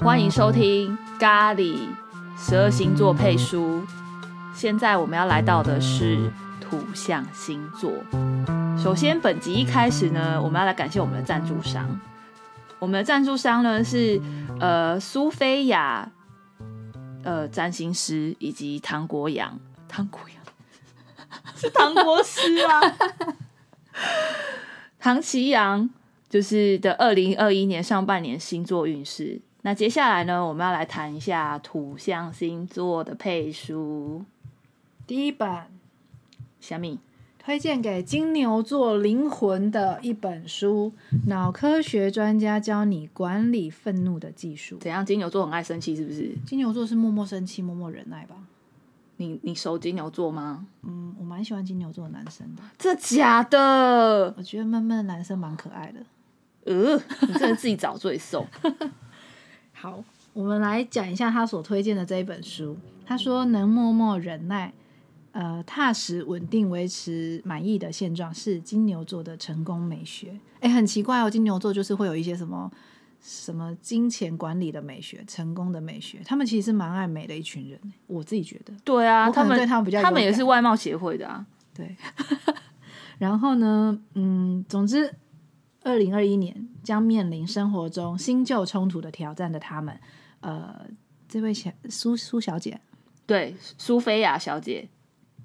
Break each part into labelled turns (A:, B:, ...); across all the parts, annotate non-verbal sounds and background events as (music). A: 欢迎收听《咖喱十二星座配书》。现在我们要来到的是土象星座。首先，本集一开始呢，我们要来感谢我们的赞助商。我们的赞助商呢是呃苏菲亚，呃占星师以及唐国阳，唐国阳是唐国师啊，唐奇阳就是的二零二一年上半年星座运势。那接下来呢，我们要来谈一下土象星座的配书。
B: 第一本
A: 小米，
B: 推荐给金牛座灵魂的一本书，《脑科学专家教你管理愤怒的技术》。
A: 怎样？金牛座很爱生气是不是？
B: 金牛座是默默生气、默默忍耐吧？
A: 你你熟金牛座吗？
B: 嗯，我蛮喜欢金牛座的男生的，
A: 这假的？
B: 我觉得闷闷的男生蛮可爱的。
A: 呃，你真的自己找罪
B: (laughs)
A: 受。
B: 好，我们来讲一下他所推荐的这一本书。他说，能默默忍耐，呃，踏实稳定，维持满意的现状，是金牛座的成功美学。哎，很奇怪哦，金牛座就是会有一些什么什么金钱管理的美学、成功的美学，他们其实蛮爱美的一群人。我自己觉得，
A: 对啊，
B: 我可
A: 他
B: 能
A: 们
B: 对他们比较有
A: 他们也
B: 感
A: 是外貌协会的啊。
B: 对。然后呢，嗯，总之，二零二一年将面临生活中新旧冲突的挑战的他们，呃，这位小苏苏小姐
A: 对，苏菲亚小姐，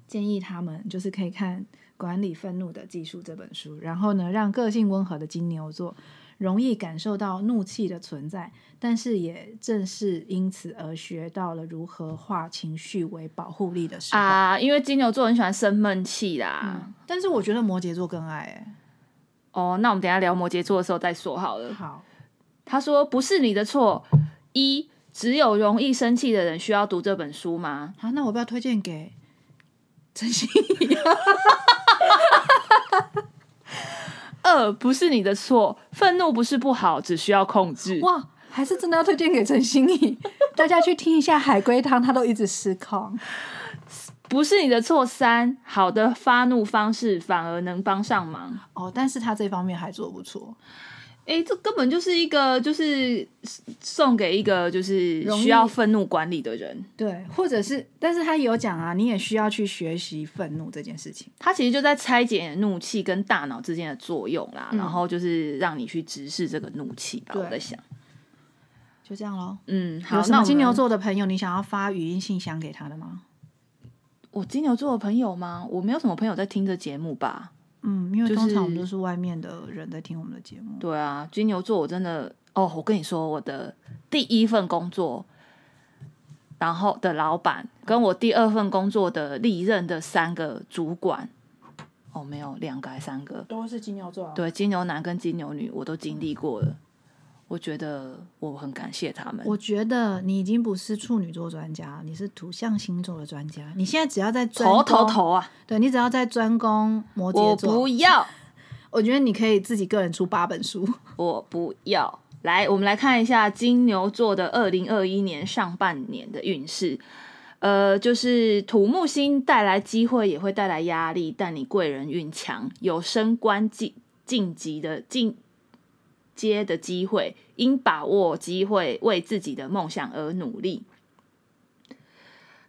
B: 建议他们就是可以看《管理愤怒的技术》这本书，然后呢，让个性温和的金牛座容易感受到怒气的存在，但是也正是因此而学到了如何化情绪为保护力的时候。
A: 啊，因为金牛座很喜欢生闷气啦。
B: 嗯但是我觉得摩羯座更爱、欸
A: 哦，那我们等一下聊摩羯座的时候再说好
B: 哎
A: 了。
B: 好，
A: 他说不是你的错，一只有容易生气的人需要读这本书吗？
B: 好，那我不要推荐给真心。
A: 二不是你的错，愤怒不是不好，只需要控制
B: 哇，还是真的要推荐给陈心怡， (laughs) 大家去听一下海龟汤，他都一直失控。
A: 不是你的错，三好的发怒方式反而能帮上忙。
B: 哦，但是他这方面还做不错，
A: 诶，这根本就是一个就是送给一个就是
B: 容易
A: 需要愤怒管理的人。
B: 对，或者是，但是他有讲啊，你也需要去学习愤怒这件事情。
A: 它其实就在拆解你的怒气跟大脑之间的作用啦，
B: 嗯
A: 然后就是让你去直视这个怒气吧。
B: 对
A: 我在想，
B: 就这样喽。
A: 嗯，好，
B: 有什
A: 那
B: 么
A: 我
B: 金
A: 们
B: 牛，座的朋友，你想要发语音信箱给他的吗？
A: 我金牛座的朋友吗？我没有什么朋友在听这节目吧？
B: 嗯，因为
A: 就是
B: 通常我们都是外面的人在听我们的节目。
A: 对啊，金牛座我真的哦，我跟你说，我的第一份工作，然后的老板跟我第二份工作的历任的三个主管，哦，没有两个还三个，
B: 都是金牛座、啊，
A: 对，金牛男跟金牛女我都经历过了，我觉得我很感谢他们。
B: 我觉得你已经不是处女座专家，你是土象星座的专家。你现在只要在专
A: 头头
B: 攻
A: 头啊！
B: 对你只要在专攻摩羯
A: 我
B: 座，
A: 不要，
B: 我觉得你可以自己个人出八本书。
A: 我不要。来，我们来看一下金牛座的二零二一年上半年的运势。呃，就是土木星带来机会，也会带来压力，但你贵人运强，有升官晋晋级的进阶的机会，应把握机会，为自己的梦想而努力。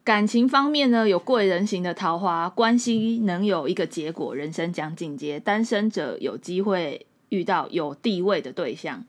A: 感情方面呢，有贵人型的桃花，关系能有一个结果，人生将进阶。单身者有机会遇到有地位的对象。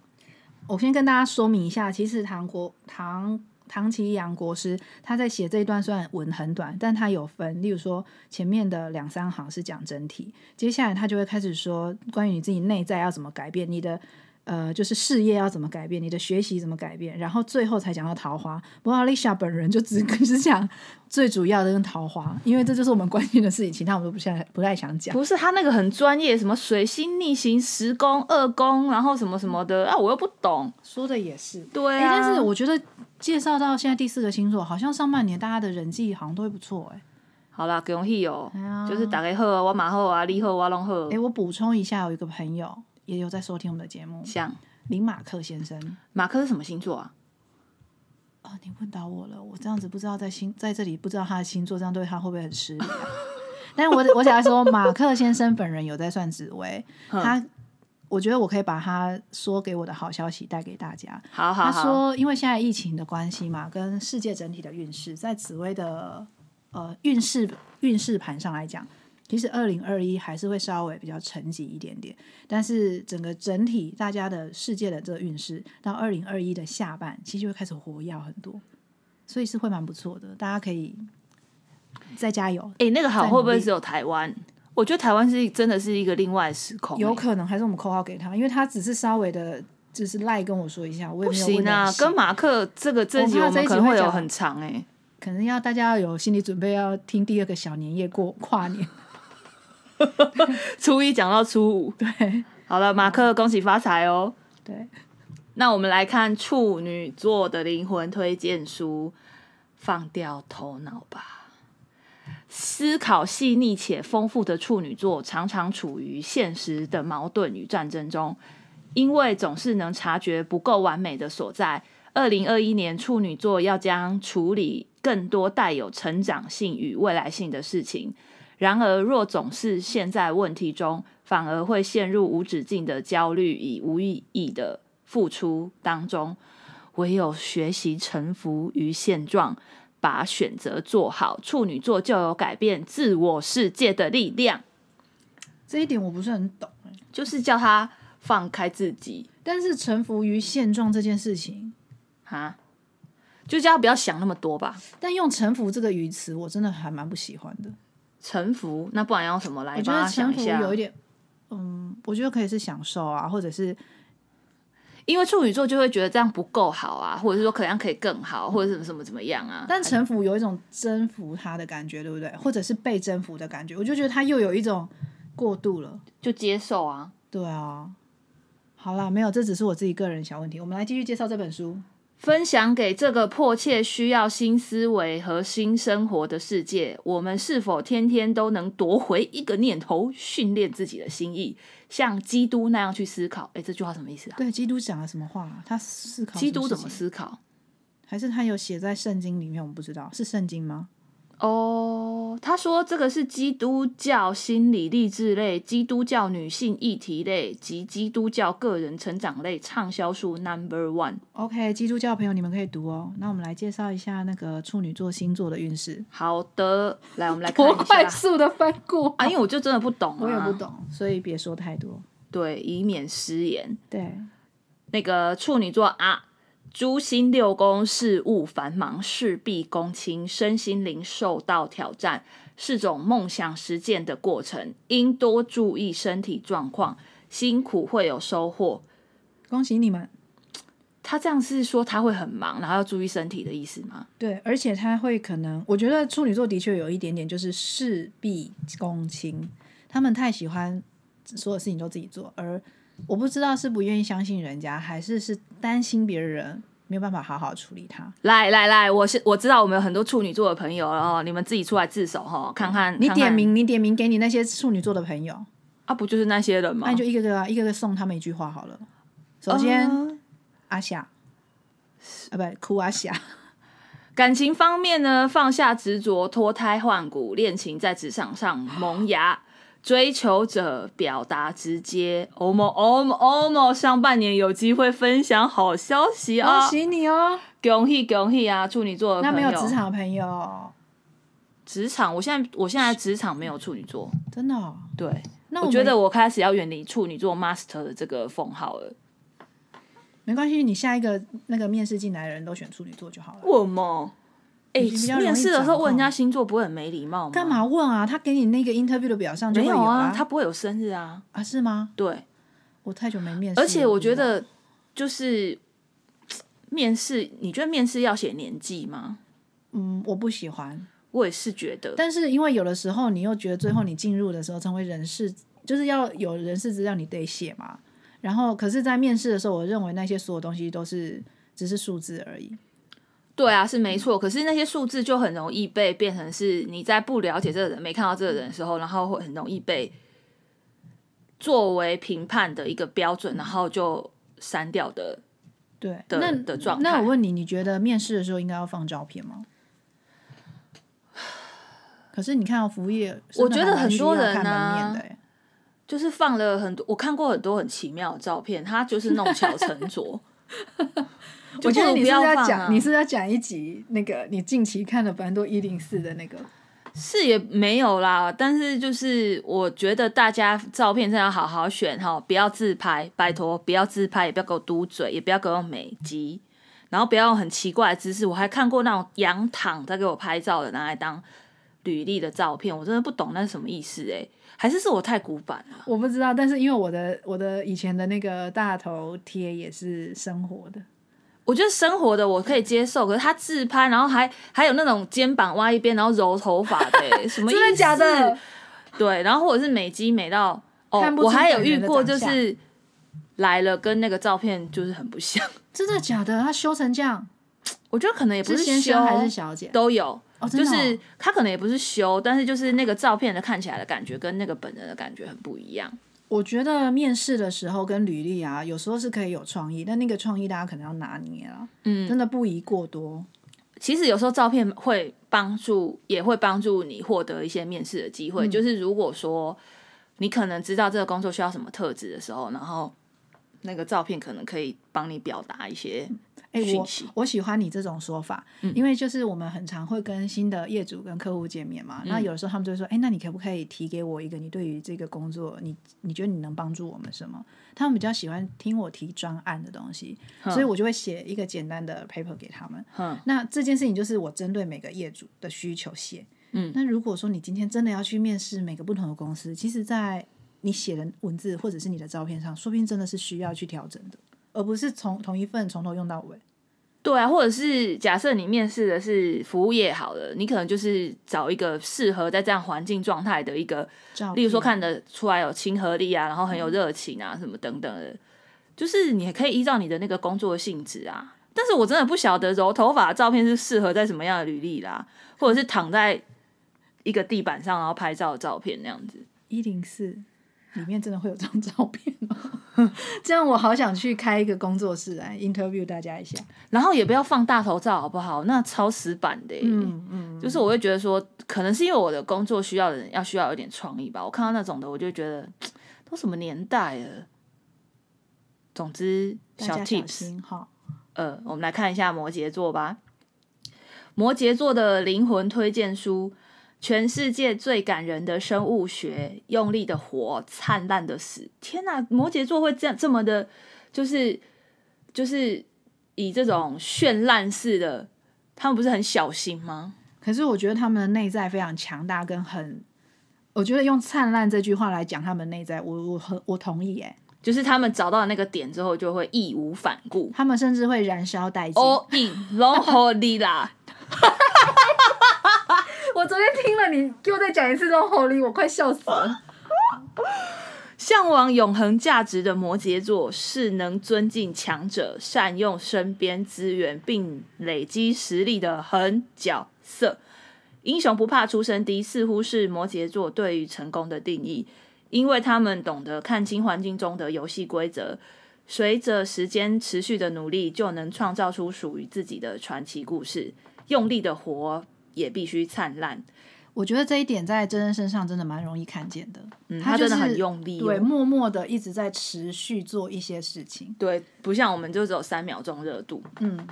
B: 我先跟大家说明一下，其实唐国唐唐奇阳国师他在写这一段虽然文很短，但他有分，例如说前面的两三行是讲整体，接下来他就会开始说关于你自己内在要怎么改变你的。呃，就是事业要怎么改变，你的学习怎么改变，然后最后才讲到桃花。不过 Lisa 本人就只 (laughs) 只讲最主要的跟桃花，因为这就是我们关心的事情，其他我们都不想不太想讲。
A: 不是他那个很专业，什么水星逆行、十宫、二宫，然后什么什么的啊，我又不懂。
B: 说的也是，
A: 对
B: 哎、
A: 啊，
B: 但是我觉得介绍到现在第四个星座，好像上半年大家的人际好像都会不错、哎。
A: 好啦，给容易哦，
B: 哎呀
A: 就是打给贺我马贺啊，利贺我龙贺
B: 哎、，我补充一下，有一个朋友也有在收听我们的节目，
A: 像
B: 林马克先生。
A: 马克是什么星座啊？
B: 哦，你问到我了，我这样子不知道在星在这里不知道他的星座，这样对他会不会很失礼啊？ (laughs) 但我我想要说，马克先生本人有在算紫薇，他。我觉得我可以把他说给我的好消息带给大家。
A: 好好
B: 他
A: 好，
B: 说，因为现在疫情的关系嘛，跟世界整体的运势，在紫薇的呃运势运势盘上来讲，其实二零二一还是会稍微比较沉寂一点点，但是整个整体大家的世界的这个运势，到二零二一的下半，其实就会开始活跃很多，所以是会蛮不错的，大家可以再加油，
A: 哎、那个好
B: 在
A: 会不
B: 努
A: 会
B: 力
A: 只有台湾？我觉得台湾是真的是一个另外的时空、
B: (laughs) 有
A: 欸
B: 可能还是我们扣号给他，因为他只是稍微的，就是赖跟我说一下，我也
A: 不
B: 没有问
A: 行
B: 得
A: 啊
B: 很，细
A: 跟马克这个这集
B: 我怕
A: 我
B: 这
A: 们
B: 一集
A: 可能会
B: 会
A: 有
B: 讲
A: 很长哎、欸
B: 可能要大家要有心理准备，要听第二个小年夜过
A: (laughs)
B: 跨年。
A: 初一讲到初五，
B: 对
A: 好了，马克恭喜发财哦。
B: 对，
A: 那我们来看处女座的灵魂推荐书，放掉头脑吧。思考细腻且丰富的处女座常常处于现实的矛盾与战争中，因为总是能察觉不够完美的所在。二零二一年，处女座要将处理更多带有成长性与未来性的事情。然而，若总是陷在问题中，反而会陷入无止境的焦虑与无意义的付出当中。唯有学习臣服于现状，把选择做好，处女座就有改变自我世界的力量。
B: 这一点我不是很懂欸、
A: 就是叫他放开自己
B: 但是臣服于现状这件事情，
A: 哈，就叫他不要想那么多吧。
B: 但用臣服这个语词，我真的还蛮不喜欢的。
A: 臣服，那不然要什么来
B: 我觉
A: 帮
B: 得
A: 他
B: 臣
A: 想
B: 服
A: 一下？
B: 有一点，嗯，我觉得可以是享受啊，或者是
A: 因为处女座就会觉得这样不够好啊，或者是说可能可以更好，或者什么什么怎么样啊。
B: 但臣服有一种征服他的感觉，对不对？或者是被征服的感觉，我就觉得他又有一种过度了。
A: 就接受啊。
B: 对啊，好啦，没有，这只是我自己个人小问题。我们来继续介绍这本书。
A: 分享给这个迫切需要新思维和新生活的世界，我们是否天天都能夺回一个念头，训练自己的心意，像基督那样去思考？诶，这句话什么意思啊？
B: 对，基督讲了什么话、啊？他思考
A: 基
B: 什
A: 督怎
B: 事
A: 么
B: 情
A: 思考？
B: 还是他有写在圣经里面，我们不知道是圣经吗？
A: 哦，他说这个是基督教心理励志类、基督教女性议题类及基督教个人成长类畅销书 Number One。
B: OK，基督教的朋友你们可以读哦。那我们来介绍一下那个处女座星座的运势。
A: 好的，来我们来看
B: (laughs)
A: 一下
B: 速的翻过
A: 啊，因为我就真的不懂、啊，
B: 我也不，懂，所以别说太多。
A: 对，以免失言。
B: 对，
A: 那个处女座啊，诸星六宫事务繁忙，事必躬亲，身心灵受到挑战，是种梦想实践的过程，应多注意身体状况，辛苦会有收获。
B: 恭喜你们。
A: 他这样是说他会很忙，然后要注意身体的意思吗？
B: 对，而且他会可能，我觉得处女座的确有一点点就是事必躬亲，他们太喜欢所有事情都自己做，而我不知道是不愿意相信人家，还是是担心别人没有办法好好处理他。
A: 来来来，我是我知道我们有很多处女座的朋友，然后你们自己出来自首哈，看看
B: 你
A: 看看
B: 点名，你点名给你那些处女座的朋友，
A: 啊，不就是那些人吗
B: 那你？就一个个啊一个个送他们一句话好了。首先，
A: 嗯
B: 阿霞，啊不，哭
A: (laughs)
B: 阿霞，
A: 感情方面呢，放下执着，脱胎换骨，恋情在职场上萌芽。 (laughs) 追求者表达直接，omo omo omo，上半年有机会分享好消息
B: 恭
A: 啊！
B: 喜你哦。
A: 恭喜恭喜啊！处女座的
B: 那
A: 朋
B: 没
A: 友，
B: 有职场的朋友，
A: 职场，我现在我现在职场没有处女座，
B: 真的、哦，
A: 对，
B: 那
A: 我
B: 我
A: 觉
B: 们
A: 得我开始要远离处女座 master 的这个封号了。
B: 没关系，你下一个那个面试进来的人都选处女座就好了。
A: 我吗？哎、
B: 你比较容易
A: 面试的时候
B: 掌控
A: 问人家星座不会很没礼貌吗？
B: 干？嘛问啊？他给你那个 interview 的表上就
A: 没
B: 会
A: 有
B: 啊
A: 啊，，他不会有生日啊，
B: 啊是吗？
A: 对。
B: 我太久没面试了，
A: 而且我觉
B: 不知道
A: 得，就是面试，你觉得面试要写年纪吗？
B: 嗯，我不喜欢。
A: 我也是觉得，
B: 但是因为有的时候你又觉得最后
A: 嗯
B: 你进入的时候成为人事，就是要有人事资料你得写嘛。然后可是，在面试的时候，我认为那些所有东西都是只是数字而已。
A: 对啊，是没错。可是那些数字就很容易被变成是你在不了解这个人、没看到这个人的时候，然后会很容易被作为评判的一个标准，然后就删掉的。
B: 对，
A: 的
B: 那
A: 的状态
B: 那我问你，你觉得面试的时候应该要放照片吗？可是你看、哦，服务业，
A: 我觉得很多人
B: 看门
A: 啊
B: 面的、欸，
A: 就是放了很多，我看过很多很奇妙的照片，他就是弄巧成 (laughs) 拙。
B: 我觉得你
A: 不
B: 是
A: 要
B: 不是
A: 放
B: 要
A: 啊
B: 讲，你是不是要讲一集那个你近期看了蛮多一零四的那个，
A: 是也没有啦，但是就是我觉得大家照片真的要好好选哈，不要自拍，拜托不要自拍，也不要给我嘟嘴，也不要给我用美肌，然后不要用很奇怪的姿势。我还看过那种仰躺在给我拍照的，拿来当履历的照片，我真的不懂那是什么意思诶、还是是我太古板了？
B: 我不知道，但是因为我的我的以前的那个大头贴也是生活的，
A: 我觉得生活的我可以接受，可是他自拍，然后还还有那种肩膀歪一边，然后揉头发的欸、什么意思？
B: (laughs) 真的假的？？
A: 对，然后或者是美肌美到哦
B: 看，不出
A: 我还有
B: 本
A: 遇
B: 人的
A: 过，就
B: 长相
A: 是来了跟那个照片就是很不像。 (laughs)
B: 真的假的？他修成这样，
A: 我觉得可能也不
B: 是先
A: 修
B: 生还是小姐？
A: 都有，
B: 哦，真
A: 就
B: 的哦
A: 是他可能也不是修，但是就是那个照片的看起来的感觉跟那个本人的感觉很不一样。
B: 我觉得面试的时候跟履历啊，有时候是可以有创意，但那个创意大家可能要拿捏了，嗯，真的不宜过多。
A: 其实有时候照片会帮助，也会帮助你获得一些面试的机
B: 嗯
A: 会。就是如果说你可能知道这个工作需要什么特质的时候，然后那个照片可能可以帮你表达一些
B: 哎、
A: 讯
B: 我
A: 息。嗯
B: 我喜欢你这种说法，因为就是我们很常会跟新的业主跟客户见面嘛，
A: 嗯
B: 那有的时候他们就会说，哎、那你可不可以提给我一个你对于这个工作，你你觉得你能帮助我们什么？他们比较喜欢听我提专案的东西，所以我就会写一个简单的 paper 给他们。
A: 嗯
B: 那这件事情就是我针对每个业主的需求写。嗯，那如果说你今天真的要去面试每个不同的公司，其实，在你写的文字或者是你的照片上，说不定真的是需要去调整的，而不是从同一份从头用到尾。
A: 对啊，或者是假设你面试的是服务业好了，你可能就是找一个适合在这样环境状态的一个，
B: 照片
A: 例如说看得出来有亲和力啊，然后很有热情啊，什么等等的，就是你可以依照你的那个工作性质啊。但是我真的不晓得揉头发的照片是适合在什么样的履历啦，或者是躺在一个地板上然后拍照的照片那样子。
B: 一零四里面真的会有这张照片哦， (laughs) 这样我好想去开一个工作室来 interview 大家一下。
A: 然后也不要放大头照，好不好？那超死板的、欸。嗯嗯，就是我会觉得说，可能是因为我的工作需要的人要需要有点创意吧。我看到那种的，我就觉得都什么年代了。总之，
B: 大
A: 小
B: 家小
A: tips，
B: 心哈，
A: 呃，我们来看一下摩羯座吧。摩羯座的灵魂推荐书：全世界最感人的生物学，用力的活，灿烂的死。天哪、摩羯座会这样这么的，就是就是以这种绚烂式的，他们不是很小心吗？
B: 可是我觉得他们的内在非常强大，跟很，我觉得用“灿烂”这句话来讲他们内在，我我很我同意哎，
A: 就是他们找到那个点之后，就会义无反顾
B: 他们甚至会燃烧殆尽。
A: ，all in，龙火力啦。
B: 我昨天听了你又再讲一次这种吼力，我快笑死了。
A: 向往永恒价值的摩羯座是能尊敬强者、善用身边资源并累积实力的狠角色。英雄不怕出身低，似乎是摩羯座对于成功的定义，因为他们懂得看清环境中的游戏规则，随着时间持续的努力，就能创造出属于自己的传奇故事。用力的活，也必须灿烂。
B: 我觉得这一点在真人身上真的蛮容易看见的，嗯
A: 他真的很用力哦
B: 对，默默的一直在持续做一些事情。
A: 对，不像我们就只有三秒钟热度。
B: 嗯，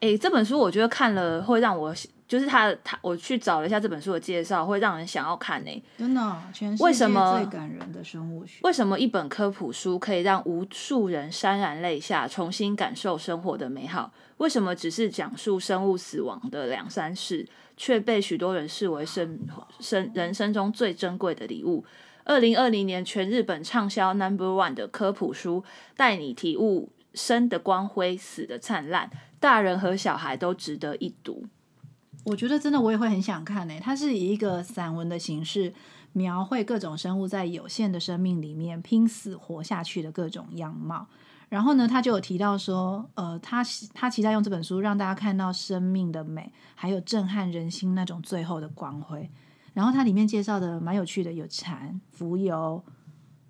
A: 诶，这本书我觉得看了会让我，就是他他我去找了一下这本书的介绍，会让人想要看呢、
B: 真的哦、全世
A: 为
B: 界
A: 什么
B: 最感人的生物学？
A: 为什么一本科普书可以让无数人潸然泪下，重新感受生活的美好？为什么只是讲述生物死亡的两三事，却被许多人视为生生人生中最珍贵的礼物？二零二零年全日本畅销 Number One 的科普书，带你体悟生的光辉，死的灿烂，大人和小孩都值得一读。
B: 我觉得真的我也会很想看呢、它是以一个散文的形式，描绘各种生物在有限的生命里面拼死活下去的各种样貌。然后呢，他就有提到说，呃，他希他期待用这本书让大家看到生命的美，还有震撼人心那种最后的光辉。然后它里面介绍的蛮有趣的，有蝉、蜉蝣，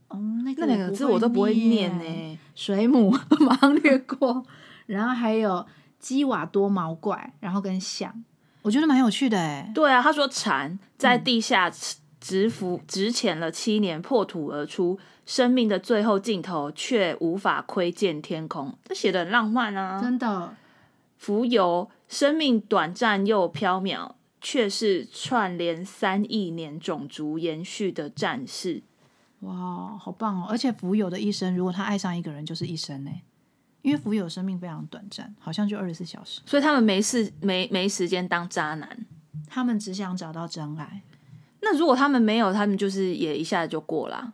B: 嗯，那个
A: 那两个字我都不会念
B: 欸
A: 欸呢、
B: 水母 (laughs) 马上略过，然后还有基瓦多毛
A: 欸
B: 怪，然后跟象，我觉得蛮有趣的哎。
A: 对啊，他说蝉在地下吃直服值潜了七年，破土而出，生命的最后尽头却无法窥见天空。这写的很浪漫啊！
B: 真的，
A: 浮游，生命短暂又缥缈，却是串联三亿年种族延续的战士。
B: 哇，好棒哦！而且浮游的一生，如果他爱上一个人，就是一生呢，欸因为浮游生命非常短暂，好像就二十四小时。
A: 所以他们没事没没时间当渣男。
B: 他们只想找到真爱，
A: 那如果他们没有，他们就是也一下子就过啦。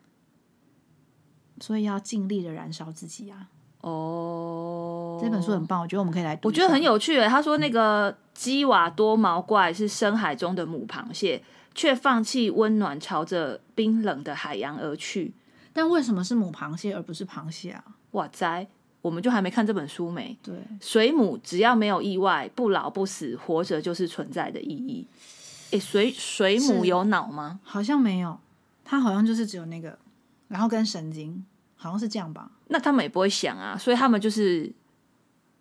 B: 所以要尽力的燃烧自己啊！
A: 哦，
B: 这本书很棒，我觉得我们可以来读
A: 我
B: 一下。
A: 觉得很有趣耶。他说那个基瓦多毛怪是深海中的母螃蟹，却放弃温暖，朝着冰冷的海洋而去。
B: 但为什么是母螃蟹而不是螃蟹啊？
A: 哇塞，我们就还没看这本书没？
B: 对，
A: 水母只要没有意外，不老不死，活着就是存在的意义。诶，水水母
B: 是
A: 有脑吗？
B: 好像没有，它好像就是只有那个，然后跟神经，好像是这样吧？
A: 那他们也不会想啊，所以他们就是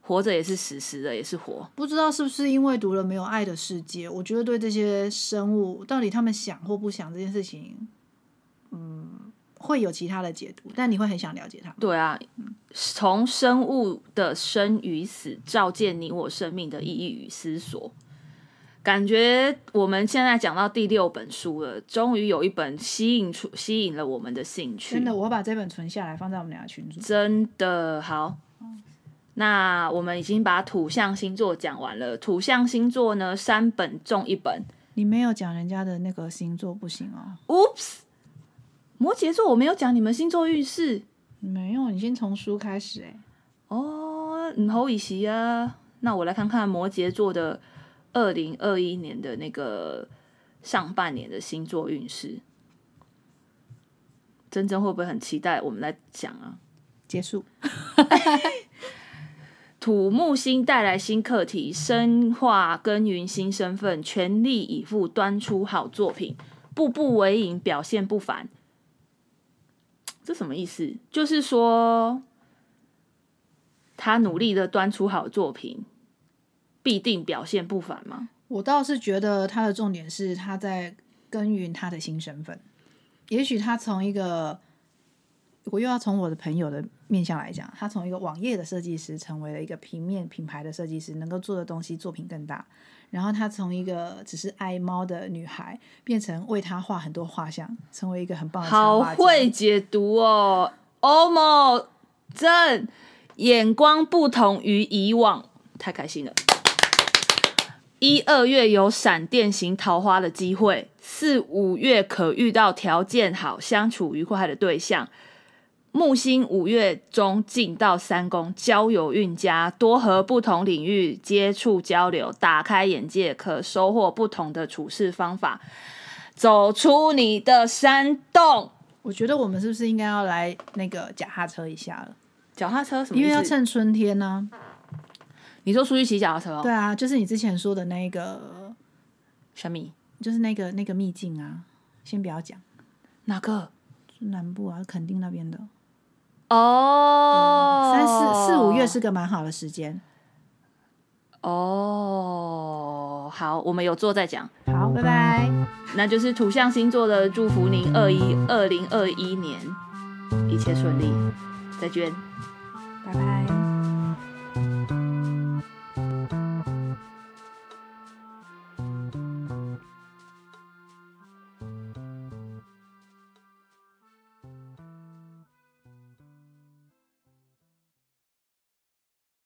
A: 活着也是死，死的也是活。
B: 不知道是不是因为读了《没有爱的世界》，我觉得对这些生物到底他们想或不想这件事情，嗯，会有其他的解读，但你会很想了解他们。
A: 对啊，从生物的生与死，照见你我生命的意义与思索。感觉我们现在讲到第六本书了，终于有一本吸引出吸引了我们的兴趣，
B: 真的，我会把这本存下来，放在我们俩群组。
A: 真的好。那我们已经把土象星座讲完了，土象星座呢三本中一本
B: 你没有讲人家的那个星座不行哦，
A: ，Oops，摩羯座我没有讲你们星座运势
B: 没有，你先从书开始哎。
A: 哦，嗯，好以席啊。那我来看看摩羯座的二零二一年的那个上半年的星座运势。珍珍会不会很期待我们来讲啊？
B: 结束。
A: 土木星带来新课题，深化耕耘新身份，全力以赴端出好作品，步步为营，表现不凡。这什么意思？就是说，他努力的端出好作品，必定表现不凡吗？
B: 我倒是觉得他的重点是他在耕耘他的新身份。也许他从一个，我又要从我的朋友的面向来讲，他从一个网页的设计师成为了一个平面品牌的设计师，能够做的东西作品更大。然后他从一个只是爱猫的女孩，变成为他画很多画像，成为一个很棒的插
A: 好
B: 画家
A: 会解读哦，Omo 正眼光不同于以往，太开心了。一二月有闪电型桃花的机会，四五月可遇到条件好、相处愉快的对象。木星五月中进到三宫，交友运佳，多和不同领域接触交流，打开眼界，可收获不同的处事方法，走出你的山洞。
B: 我觉得我们是不是应该要来那个脚踏车一下了？
A: 脚踏车什么
B: 因
A: 意
B: 为要
A: 思？
B: 趁春天呢、
A: 你说出去骑脚踏车哦？
B: 对啊，就是你之前说的那个
A: 小米
B: 就是那个那个秘境啊，先不要讲，
A: 哪个？
B: 就南部啊，垦丁那边的，
A: 哦，
B: 三四四五月是个蛮好的时间。
A: 哦。好，我们有做再讲。
B: 好，拜拜。
A: 那就是土象星座的祝福您二一二零二一年一切顺利，再见。
B: 拜拜。